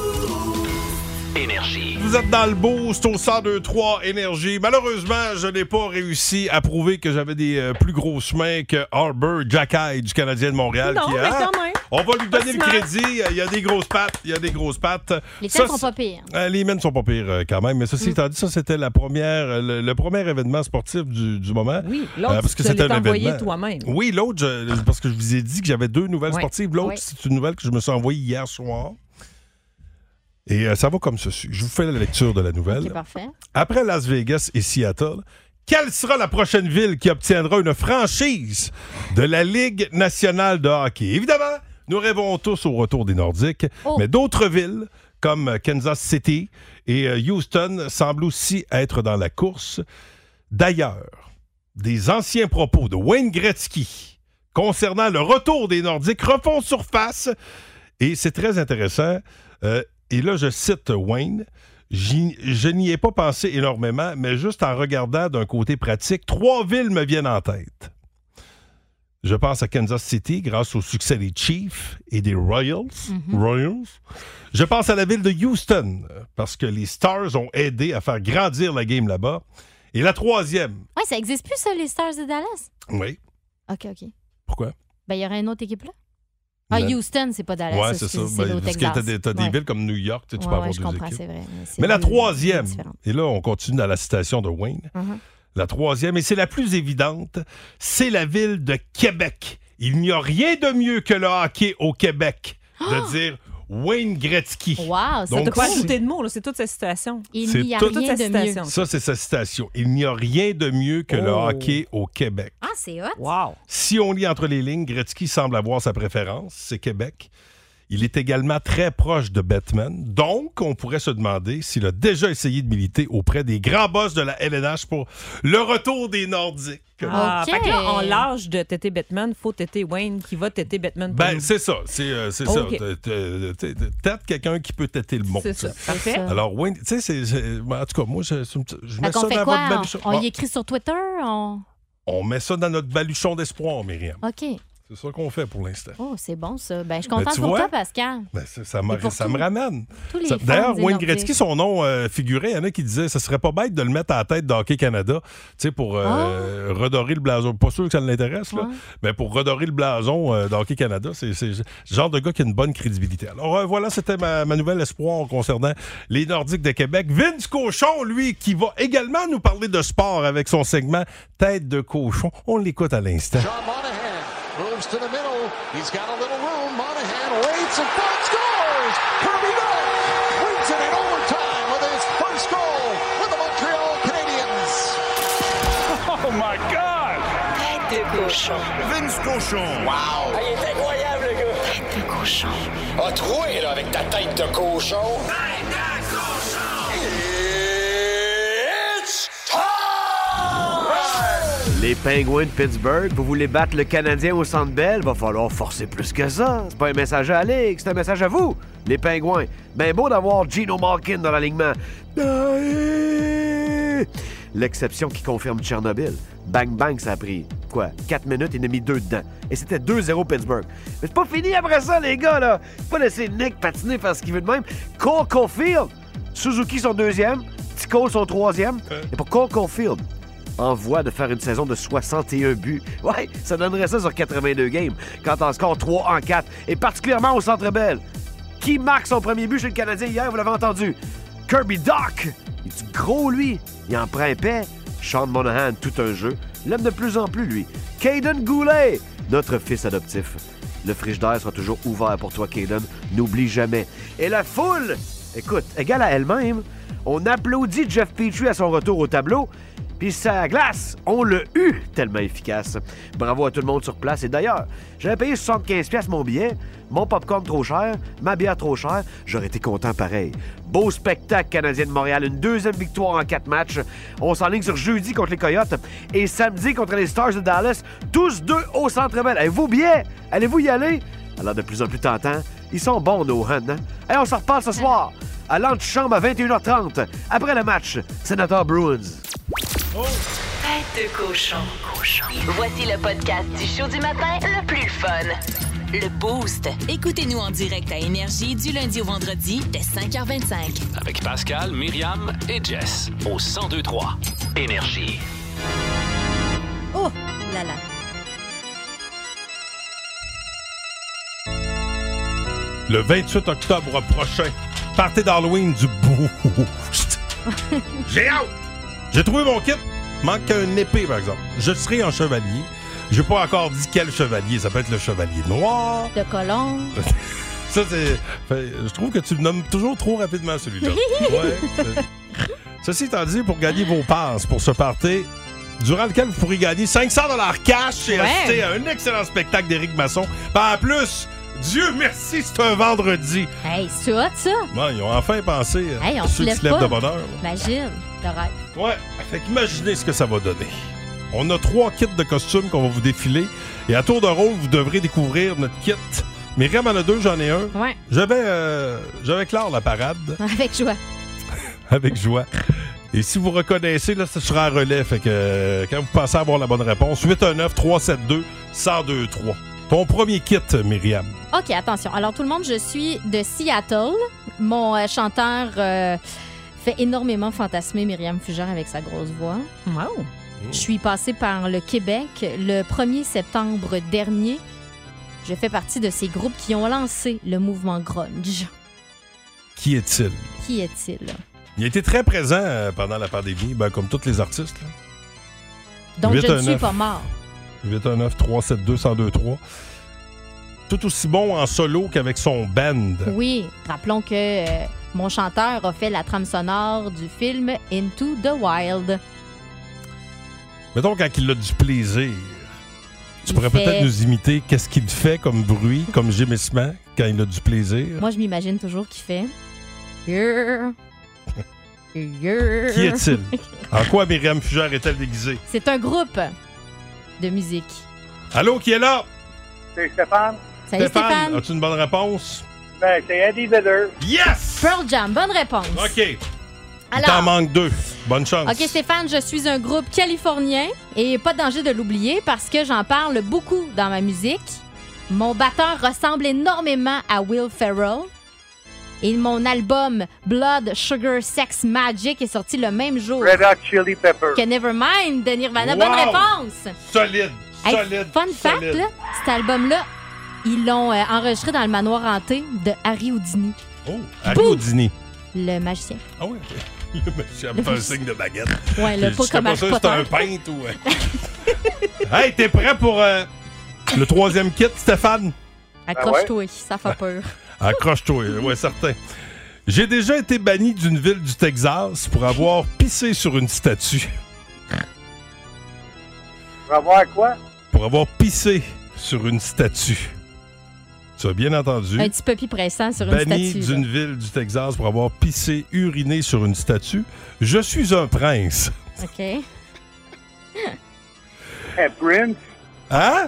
Énergie.
Vous êtes dans le boost au 1023 Énergie. Malheureusement, je n'ai pas réussi à prouver que j'avais des euh, plus gros chemins que Harbour Jacky du Canadien de Montréal.
Non,
qui,
mais
Ah!
quand même.
On va lui
Pas
donner
si
le
mal.
crédit. Il y a des grosses pattes. Il y a des grosses pattes.
Les
Ça,
têtes sont pas pires.
euh, les mènes sont pas pires euh, quand même, mais ceci
Mm.
étant dit, ça c'était la première, euh, le, le premier événement sportif du, du moment.
Oui, l'autre,
Euh, parce que
tu te
c'était
l'es
un
envoyé
événement.
toi-même.
Oui, l'autre, je- parce que je vous ai dit que j'avais deux nouvelles
Ouais.
sportives. L'autre,
Ouais.
c'est une nouvelle que je me suis envoyée hier soir. Et euh, ça va comme ceci. Je vous fais la lecture de la nouvelle.
C'est parfait.
Après Las Vegas et Seattle, quelle sera la prochaine ville qui obtiendra une franchise de la Ligue nationale de hockey? Évidemment, nous rêvons tous au retour des Nordiques,
Oh.
mais d'autres villes comme euh, Kansas City et euh, Houston semblent aussi être dans la course. D'ailleurs, des anciens propos de Wayne Gretzky concernant le retour des Nordiques refont surface et c'est très intéressant. Euh, et là, je cite Wayne. J'y- Je n'y ai pas pensé énormément, mais juste en regardant d'un côté pratique, trois villes me viennent en tête. Je pense à Kansas City grâce au succès des Chiefs et des Royals. Royals. Je pense à la ville de Houston parce que les Stars ont aidé à faire grandir la game là-bas. Et la troisième.
Ouais, ça existe plus, ça, les Stars de Dallas.
Oui.
OK, OK.
Pourquoi?
Ben, il y aurait une autre équipe là. Ah,
La-
Houston, c'est pas Dallas.
Ben, Ouais, c'est ça.
C'est
Ben,
l'autre
parce que t'as des, t'as des
Ouais.
villes comme New York, tu sais, tu peux
Ouais, ouais,
avoir
je
deux
comprends,
équipes.
c'est vrai. Mais, c'est
Mais la
deux villes
troisième,
différentes.
et là, on continue dans la citation de Wayne.
Mhm.
La troisième, et c'est la plus évidente, c'est la ville de Québec. Il n'y a rien de mieux que le hockey au Québec, de dire Wayne Gretzky.
Wow, ça
Donc,
te
Pas
c'est-
coûte.
ajouter de mots, là, c'est toute sa citation.
Il
c'est
n'y a
toute
rien
sa
de mieux.
citation.
Ça, c'est sa citation. Il n'y a rien de mieux que le
Oh.
hockey au Québec.
Ah, c'est hot.
Wow.
Si on lit entre les lignes, Gretzky semble avoir sa préférence, c'est Québec. Il est également très proche de Batman, donc on pourrait se demander s'il a déjà essayé de militer auprès des grands boss de la LNH pour le retour des Nordiques.
Ah,
Ok.
fait que là, en l'âge de Tété Batman, faut Tété Wayne qui va Tété Batman. pour
Ben,
nous.
c'est ça, c'est euh, c'est ça.
Ok.
T'es- t'es- t'es- t'es- Tête quelqu'un qui peut têter le monde.
c'est ça.
tu sais.
Parfait.
ça.
Alors, Wayne, tu sais, c'est- c'est- ben, en tout cas, moi, je, je mets
Fait qu'on
ça
fait
dans
quoi?
votre baluchon.
On, on y
Ah,
écrit sur Twitter? On...
on met ça dans notre baluchon d'espoir, Myriam.
OK.
C'est ça qu'on fait pour l'instant.
Oh, c'est bon, ça. Ben, je suis
Ben,
contente
tu
pour
vois?
toi, Pascal.
Ben, ça, ça me-
Et pour
ça
tout-
me ramène.
Tous les
Ça-
fans
D'ailleurs,
des
Wayne
Nordiques.
Gretzky, son nom euh, figurait. Il y en a qui disaient ça serait pas bête de le mettre à la tête d'Hockey Canada, tu sais, pour euh, redorer le blason. Pas sûr que ça l'intéresse, là,
Ah. Ouais.
mais pour redorer le blason euh, d'Hockey Canada, c'est c'est le genre de gars qui a une bonne crédibilité. Alors euh, voilà, c'était ma, ma nouvelle espoir concernant les Nordiques de Québec. Vince Cochon, lui, qui va également nous parler de sport avec son segment Tête de cochon. On l'écoute à l'instant.
John Monahan moves to the middle. He's got a little room. Monahan waits and finds scores. Kirby Doc wins it in overtime with his first goal for the Montreal Canadiens.
Tête de cochon.
Vince Cochon. Wow. il est incroyable, le gars. Tête de cochon. A troué, là, avec ta tête de cochon. Tête de cochon. It's time!
Les Penguins de Pittsburgh, vous voulez battre le Canadien au Centre Bell? Va falloir forcer plus que ça. C'est pas un message à Alex, c'est un message à vous, les Penguins. Ben beau d'avoir Gino Malkin dans l'alignement. Ben, L'exception qui confirme Tchernobyl. Bang bang, ça a pris quoi? 4 minutes et il en a mis 2 dedans. Et c'était 2-0 Pittsburgh. Mais c'est pas fini après ça, les gars, là! Faut Pas laisser Nick patiner faire ce qu'il veut de même. Cole Caulfield! Suzuki son deuxième, Tico son troisième. Et pour Cole Caulfield, en voie de faire une saison de 61 buts. Ouais, ça donnerait ça sur 82 games, quand on score 3 en 4, et particulièrement au Centre Bell. Qui marque son premier but chez le Canadien hier? Vous l'avez entendu. Kirby Doc. Il est gros, lui. Il en prend épais. Sean Monahan, tout un jeu. L'aime de plus en plus, lui. Caden Goulet, notre fils adoptif. Le frigidaire sera toujours ouvert pour toi, Caden. N'oublie jamais. Et la foule, écoute, égale à elle-même. On applaudit Jeff Petrie à son retour au tableau. Puis sa glace, on l'a eu, tellement efficace. Bravo à tout le monde sur place. Et d'ailleurs, j'avais payé 75$ mon billet, mon popcorn trop cher, ma bière trop chère. J'aurais été content pareil. Beau spectacle canadien de Montréal, une deuxième victoire en quatre matchs. On s'enligne sur jeudi contre les Coyotes et samedi contre les Stars de Dallas. Tous deux au Centre Bell. Avez-vous billets? Allez-vous y aller? Alors de plus en plus tentant, ils sont bons nos Huns. Hein? Hey, on s'en reparle ce soir à l'antichambre à 21h30 après le match. Sénateur Bruins.
Tête de cochon. Voici le podcast du show du matin le plus fun. Le Boost.
Écoutez-nous en direct à Énergie du lundi au vendredi dès 5h25.
Avec Pascal, Myriam et Jess au 1023 Énergie.
Oh là là.
Le 28 octobre prochain, partez d'Halloween du Boost. J'ai hâte! J'ai trouvé mon kit. Manque un épée, par exemple. Je serai un chevalier. J'ai pas encore dit quel chevalier. Ça peut être le chevalier noir.
De colon.
Ça, c'est. fait, Je trouve que tu le nommes toujours trop rapidement, celui-là. Ouais, c'est- Ceci étant dit, pour gagner vos passes pour ce party, durant lequel vous pourrez gagner 500 cash et
Ouais.
assister à un excellent spectacle d'Éric Masson. Ben, en plus, Dieu merci, c'est un vendredi.
Hey, c'est hot, ça.
Bon, ils ont enfin pensé à
Hey, on
ceux
se
qui
lève
se lèvent
pas.
de bonne heure. là.
Imagine, le rêve.
Ouais, fait qu'imaginez ce que ça va donner. On a trois kits de costumes qu'on va vous défiler. Et à tour de rôle, vous devrez découvrir notre kit. Myriam en a deux, j'en ai un.
Ouais.
Je vais, euh, je vais clore la parade
Avec joie.
avec joie. Et si vous reconnaissez, là, ce sera un relais. Fait que euh, quand vous pensez avoir la bonne réponse, 819-372-1023. Ton premier kit, Myriam.
OK, attention. Alors, tout le monde, je suis de Seattle. Mon euh, chanteur euh, fait énormément fantasmer Myriam Fugère avec sa grosse voix.
Wow.
Je suis passée par le Québec le 1er septembre dernier. Je fais partie de ces groupes qui ont lancé le mouvement grunge.
Qui est-il?
Qui est-il?
Il a été très présent euh, pendant la pandémie, ben, comme tous les artistes. là.
Donc, je ne
819.
suis pas mort.
819 372 1023 Tout aussi bon en solo qu'avec son band.
Oui, rappelons que euh, mon chanteur a fait la trame sonore du film Into the Wild.
Mettons quand il a du plaisir. Tu
Il
pourrais
fait-
peut-être nous imiter qu'est-ce qu'il fait comme bruit, comme gémissement quand il a du plaisir.
Moi, je m'imagine toujours qu'il fait. Yeah. Yeah.
Qui est-il? en quoi Myriam Fugère est-elle déguisée?
C'est un groupe de musique.
Allô, qui est là?
C'est Stéphane.
Salut Stéphane.
as-tu une bonne réponse?
Ben, c'est Eddie Vedder.
Yes!
Pearl Jam, bonne réponse.
OK. Il t'en
Alors,
manque deux. Bonne chance.
OK Stéphane, je suis un groupe californien et pas danger de l'oublier parce que j'en parle beaucoup dans ma musique. Mon batteur ressemble énormément à Will Ferrell. Et mon album Blood, Sugar, Sex, Magic est sorti le même jour
Red Hot Chili Pepper.
que Nevermind de Nirvana.
Wow!
Bonne réponse!
Solide.
Hey,
Solide,
fun fact,
solide.
là, cet album-là, ils l'ont euh, enregistré dans le manoir hanté de Harry Houdini,
Oh, Harry Houdini.
le magicien.
Ah oui, OK. Le monsieur me fait un signe de baguette.
Ouais, là,
Je
pas
serais
comme Harry
sûr si c'était un
Potter.
peintre ou... euh. hey, t'es prêt pour euh, le troisième kit, Stéphane? Ah
Accroche-toi, ça fait peur.
Accroche-toi, euh, ouais, certain. J'ai déjà été banni d'une ville du Texas pour avoir pissé sur une statue.
Pour avoir quoi?
Pour avoir pissé sur une statue. Tu as bien entendu.
Un petit peu pressant sur une
Banni
statue.
d'une
là.
ville du Texas pour avoir pissé, uriné sur une statue. Je suis un prince.
OK.
Eh, Prince.
Hein?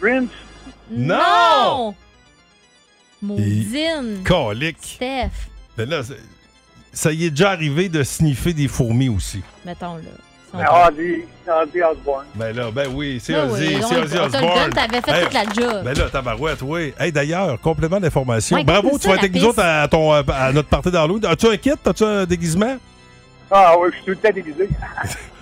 Prince.
Non!
Maudine!
Colique.
Steph,
Ben là, c'est- ça y est déjà arrivé de sniffer des fourmis aussi.
mettons là.
Ozzy. Ozzy Osbourne.
Ben là, ben oui, c'est
Ben
Ah, Ozzy,
oui,
c'est
on-
Ozzy
on te le
Osbourne.
donne, t'avais fait toute la job.
Ben là, tabarouette, oui. Hey, d'ailleurs, complément d'information.
Ouais,
Bravo,
écoute-nous
tu vas
ça,
être avec
la
nous autres à, ton, euh, à notre partie d'Halloween. As-tu un kit? As-tu un déguisement?
Ah oui, je suis tout le temps déguisé.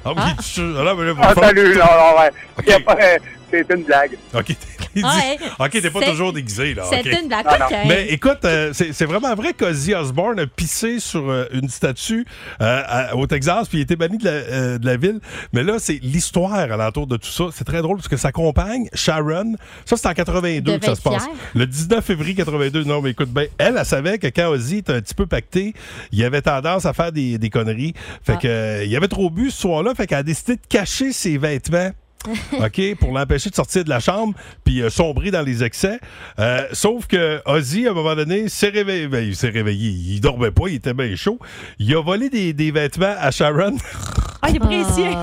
Ah oui, tu- ah là, ben là,
Ah,
faut-
salut, là, là, ouais. Y a pas- euh, C'est une blague.
OK. Il dit-
Ah, Ouais.
OK, t'es pas
C'est-
toujours déguisé, là.
c'est
ben, OK. Ah,
une blague. Non, non. OK.
Mais écoute, euh, c'est c'est vraiment vrai qu'Ozzy Osbourne a pissé sur euh, une statue euh, à- au Texas, puis il a été banni de la, euh, de la ville. Mais là, c'est l'histoire alentour de tout ça. C'est très drôle parce que sa compagne, Sharon, ça, c'est en 82
Devait
que ça se
être
passe.
fière.
Le 19 février 82, non, mais écoute, ben, elle, elle savait que quand Ozzy était un petit peu pacté, il avait tendance à faire des, des conneries. Fait que, euh, il avait trop bu ce soir-là, fait qu'elle a décidé de cacher ses vêtements. OK, pour l'empêcher de sortir de la chambre puis euh, sombrer dans les excès. Euh, sauf que Ozzy, à un moment donné, s'est réveillé. Ben, il s'est réveillé. Il dormait pas, il était bien chaud. Il a volé des, des vêtements à Sharon.
Ah, il est
Oh,
précieux.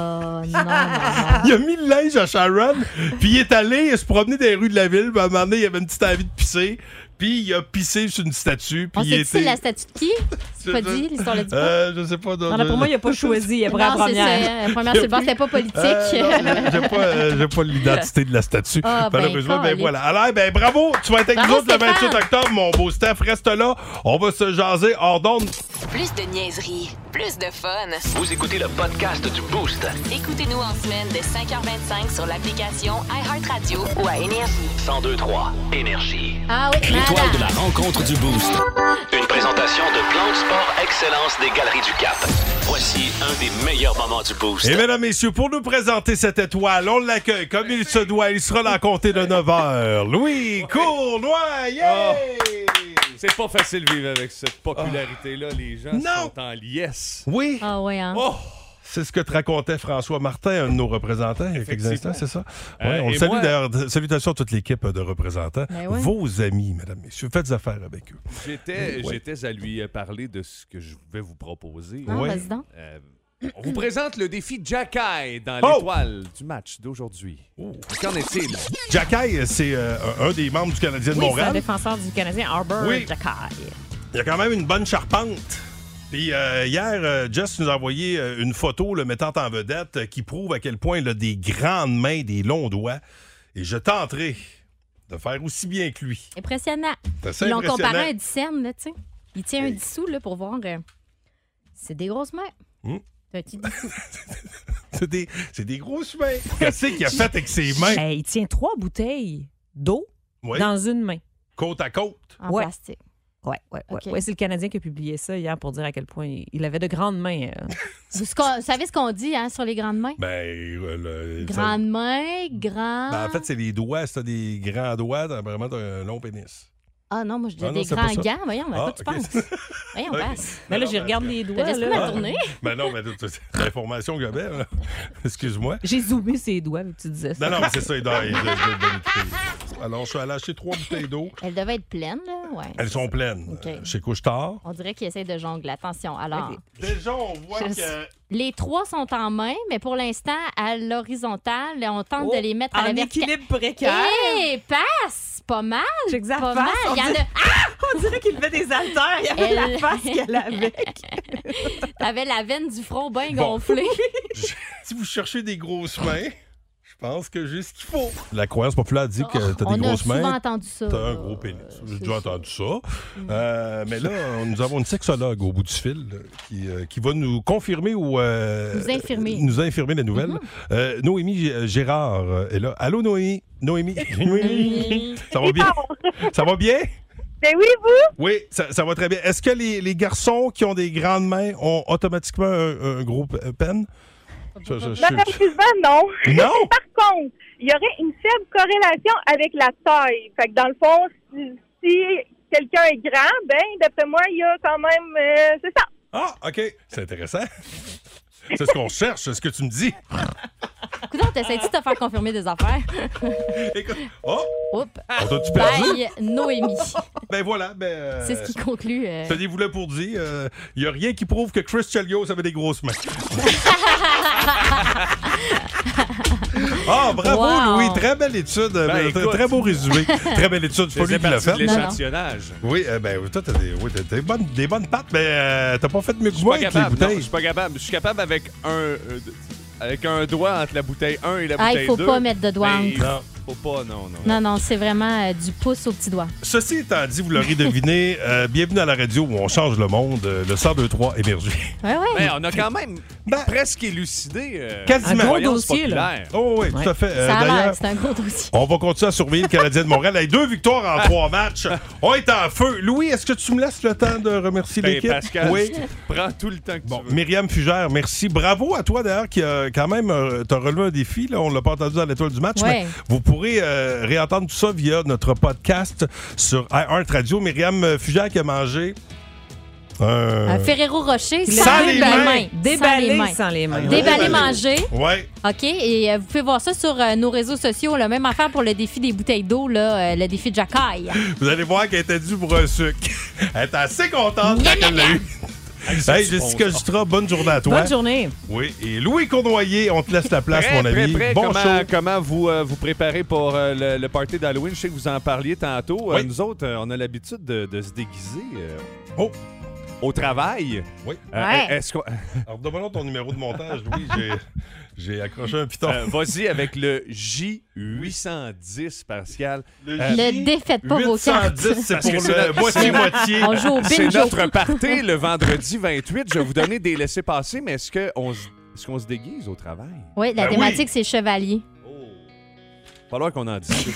il a mis le linge à Sharon, puis il est allé se promener dans les rues de la ville. Puis à un moment donné, il avait une petite envie de pisser. Puis il a pissé sur une statue. Puis
On
il
sait-tu
était...
c'est la statue de qui? C'est pas dit, l'histoire le dit pas.
Euh, je sais pas.
Non, mais pour moi, il a pas choisi, il a pris la Non, c'est première. ça, la première sur le banc, c'était pas politique.
Euh, non, j'ai pas, euh, j'ai pas l'identité de la statue.
Ah, ben,
Malheureusement, ben,
calique.
voilà. Alors, ben bravo, tu vas être avec
Bravo,
nous autres le 28
Stéphane.
octobre, mon beau Steph. Reste là, on va se jaser hors d'onde.
Plus de niaiserie, plus de fun.
Vous écoutez le podcast du Boost.
Écoutez-nous en semaine de 5h25 sur l'application iHeartRadio ou à Énergie.
1023 Énergie.
Ah oui,
L'étoile de
malade.
la rencontre du Boost. Une présentation de Plan de Sport Excellence des Galeries du Cap. Voici un des meilleurs moments du Boost.
Et mesdames, messieurs, pour nous présenter cette étoile, on l'accueille comme il se doit. Il sera dans la comté de 9 h. Louis Cournois, yeah!
Oh.
C'est pas facile de vivre avec cette popularité-là. Les gens
Non.
sont en liesse.
Oui.
Ah ouais, hein?
Oh, C'est ce que te racontait François Martin, un de nos représentants, il y a quelques instants,
Effectivement.
c'est ça?
Euh,
Ouais, on le
et
salue
moi-
d'ailleurs. D- Salutations à toute l'équipe euh, de représentants.
Ben ouais.
Vos amis, mesdames, messieurs, faites affaire avec eux.
J'étais
Ouais.
j'étais à lui euh, parler de ce que je vais vous proposer.
Ah, Ouais. vas-y donc.
Euh, on vous présente le défi Jack Eye dans
Oh!
l'étoile du match d'aujourd'hui. Qu'en est-il?
Jack Eye, c'est euh, un un des membres du Canadien de
Oui, c'est un
Montréal.
défenseur du Canadien, Arbor
Oui.
Jackay.
Il y a quand même une bonne charpente. Puis euh, hier, euh, Jess nous a envoyé euh, une photo le mettant en vedette euh, qui prouve à quel point il a des grandes mains, des longs doigts. Et je tenterai de faire aussi bien que lui.
Impressionnant.
C'est assez
Ils l'ont
impressionnant.
comparé à un dixaine, là, tu sais. Il tient un dissous, là, pour voir. euh, C'est des grosses mains.
Hmm.
C'est un petit dissous.
C'est des, c'est des grosses mains. Qu'est-ce qu'il a fait avec ses mains?
Eh, il tient trois bouteilles d'eau
Oui.
dans une main.
Côte à côte.
En plastique.
Ouais, ouais, ouais.
Ok.
Ouais, c'est le Canadien qui a publié ça hier pour dire à quel point il avait de grandes mains. euh.
Vous ce qu'on- vous savez ce qu'on dit, hein, sur les grandes mains?
Ben, euh, le- ça-
Grandes mains, grand.
ben, en fait, c'est les doigts. Si t'as des grands doigts, t'as vraiment un long pénis.
ah non, moi, je dis
Ah non,
des
c'est
grands
pas ça.
gants. Voyons, à
Ah,
quoi tu
ok.
penses? Voyons,
Ok.
passe.
Mais là, j'y regarde les doigts.
laisse pas
là.
ma tournée.
Ben non, mais t- t- c'est l'information que j'avais. là. Excuse-moi.
J'ai zoomé ses doigts, mes petites disais ça.
Non, non, mais c'est ça, il doit- il doit- il doit- il doit- Alors, je suis allé acheter trois bouteilles d'eau.
Elle devait être pleine, là. Ouais.
Elles sont pleines.
Ok.
Euh, Chez Couche-Tard.
On dirait qu'il essaie de jongler. Attention, alors.
Déjà, on voit
Je-
que.
Les trois sont en main, mais pour l'instant, à l'horizontale, on tente de les mettre à la
Oh, en
verticale.
équilibre précaire.
Hey, passe! Pas mal! Pas
face,
mal!
on
Il y en
dirait-
a...
On dirait qu'il levait des haltères. Il y avait
Elle-
la face qu'elle avait.
T'avais la veine du front bien
Bon.
gonflée.
Si vous cherchez des grosses mains, je pense que j'ai ce qu'il faut. La croyance populaire dit que t'as des
On a
grosses
souvent
mains.
entendu ça.
T'as un gros pénis. J'ai déjà entendu ça.
Mm.
Euh, mais là, on- nous avons une sexologue au bout du fil là, qui, euh, qui va nous confirmer ou. euh,
Nous infirmer. Mm-hmm.
Nous infirmer la nouvelle. Euh, Noémie G- Gérard euh, est là. Allô, Noémie? Noémie? Noémie? ça va bien? ça va bien?
Ben oui, vous?
Oui, ça, ça va très bien. Est-ce que les, les garçons qui ont des grandes mains ont automatiquement un, un gros p- pen? Ça, ça, je-
Malheureusement, non.
Non?
Par contre, il y aurait une faible corrélation avec la taille. Fait que dans le fond, si, si quelqu'un est grand, ben, d'après moi, il y a quand même. euh, c'est ça.
Ah, OK. C'est intéressant. C'est ce qu'on cherche, c'est ce que tu me dis.
Coudon, t'essaies-tu de te faire confirmer des affaires?
Oh!
Oups.
On t'a-tu perdu?
Bye, Noémie.
Ben voilà, ben. euh,
C'est ce qui conclut. euh.
Tenez-vous là pour dire, euh, il n'y a rien qui prouve que Chris Chelios avait des grosses mains. Ah, bravo,
Wow.
Louis. Très belle étude. Ben,
écoute.
très beau résumé. très belle étude. C'est pas
Faisait
lui qui l'a
partie de
fait.
l'échantillonnage.
Oui, euh, ben, toi, t'as des, oui, t'as- t'as des bonnes, des bonnes pattes, mais euh, t'as pas fait mieux que moi
Je suis
avec les
pas capable, non,
bouteilles.
je suis pas capable. Je suis capable avec un, euh, d- avec un doigt entre la bouteille 1 et la
Ah,
bouteille 2.
il faut pas mettre de doigt
Ben,
Mais
entre.
Faut pas, non, non.
Non, non, c'est vraiment euh, du pouce au petit doigt.
Ceci étant dit, vous l'aurez deviné, euh, bienvenue à la radio où on change le monde, euh, le 1023 émergé.
Ouais, ouais.
Mais on a quand même presque élucidé. euh,
Ben, Quasiment.
la croyance populaire.
Oh, oui, tout à fait. Euh,
Ça a l'air,
d'ailleurs,
c'est un gros dossier.
on va continuer à surveiller le Canadien de Montréal. Hey, deux victoires en trois matchs. On est en feu. Louis, est-ce que tu me laisses le temps de remercier
Ben,
l'équipe?
Pascal,
oui.
prends tout le temps que tu veux.
Myriam Fugère, merci. Bravo à toi d'ailleurs qui a quand même euh, t'as relevé un défi. Là, on l'a pas entendu dans l'étoile du match,
Ouais.
mais vous pourrez euh, réentendre tout ça via notre podcast sur iHeart Radio. Myriam Fugère qui a mangé. un-
Euh, Ferrero Rocher, sans,
Sans
les
les
mains.
mains.
Déballé
sans les
mains.
Déballé,
Déballé.
manger.
Ouais.
OK, et euh, vous pouvez voir ça sur euh, nos réseaux sociaux. La même affaire pour le défi des bouteilles d'eau, là, euh, le défi de Jacaille.
Vous allez voir qu'elle était due pour un sucre. Elle était assez contente quand elle l'a eu. Hey, Jessica Justra, bonne journée à toi.
Bonne journée.
Oui, et Louis Cournoyer, on te laisse la place,
Prêt,
mon
prêt,
ami.
prêt.
Bon
comment,
show.
comment vous euh, vous préparez pour euh, le, le party d'Halloween? Je sais que vous en parliez tantôt. Euh,
Oui.
nous autres, euh, on a l'habitude de, de se déguiser euh,
Oh.
au travail.
Oui.
Euh,
Ouais.
Est-ce qu'on...
Alors, demandons ton numéro de montage, Louis. J'ai, j'ai accroché un piton.
Euh, vas-y avec le J810, Pascal.
Le
Ne défaites pas vos cartes.
810, c'est
Euh, Parce
pour
que c'est
le
notre-
moitié-moitié.
On joue au
C'est
bingo.
notre party le vendredi 28. Je vais vous donner des laissés-passer, mais est-ce qu'on se... Est-ce qu'on se déguise au travail?
Oui, la
Ben
thématique, c'est chevalier.
Il va falloir qu'on en discute.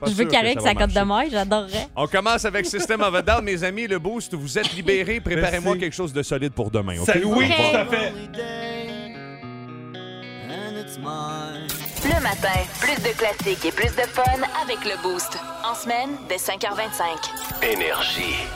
Pas
Je veux
sûr
qu'il
que
avec
ça
sa
va
cote de maille, j'adorerais.
On commence avec System of a Down, mes amis. Le boost, vous êtes libérés. Préparez-moi quelque chose de solide pour demain. OK?
Salut, oui,
Bon.
tout à fait.
Le matin, plus de classiques et plus de fun avec le Boost. En semaine, dès 5h25.
Énergie.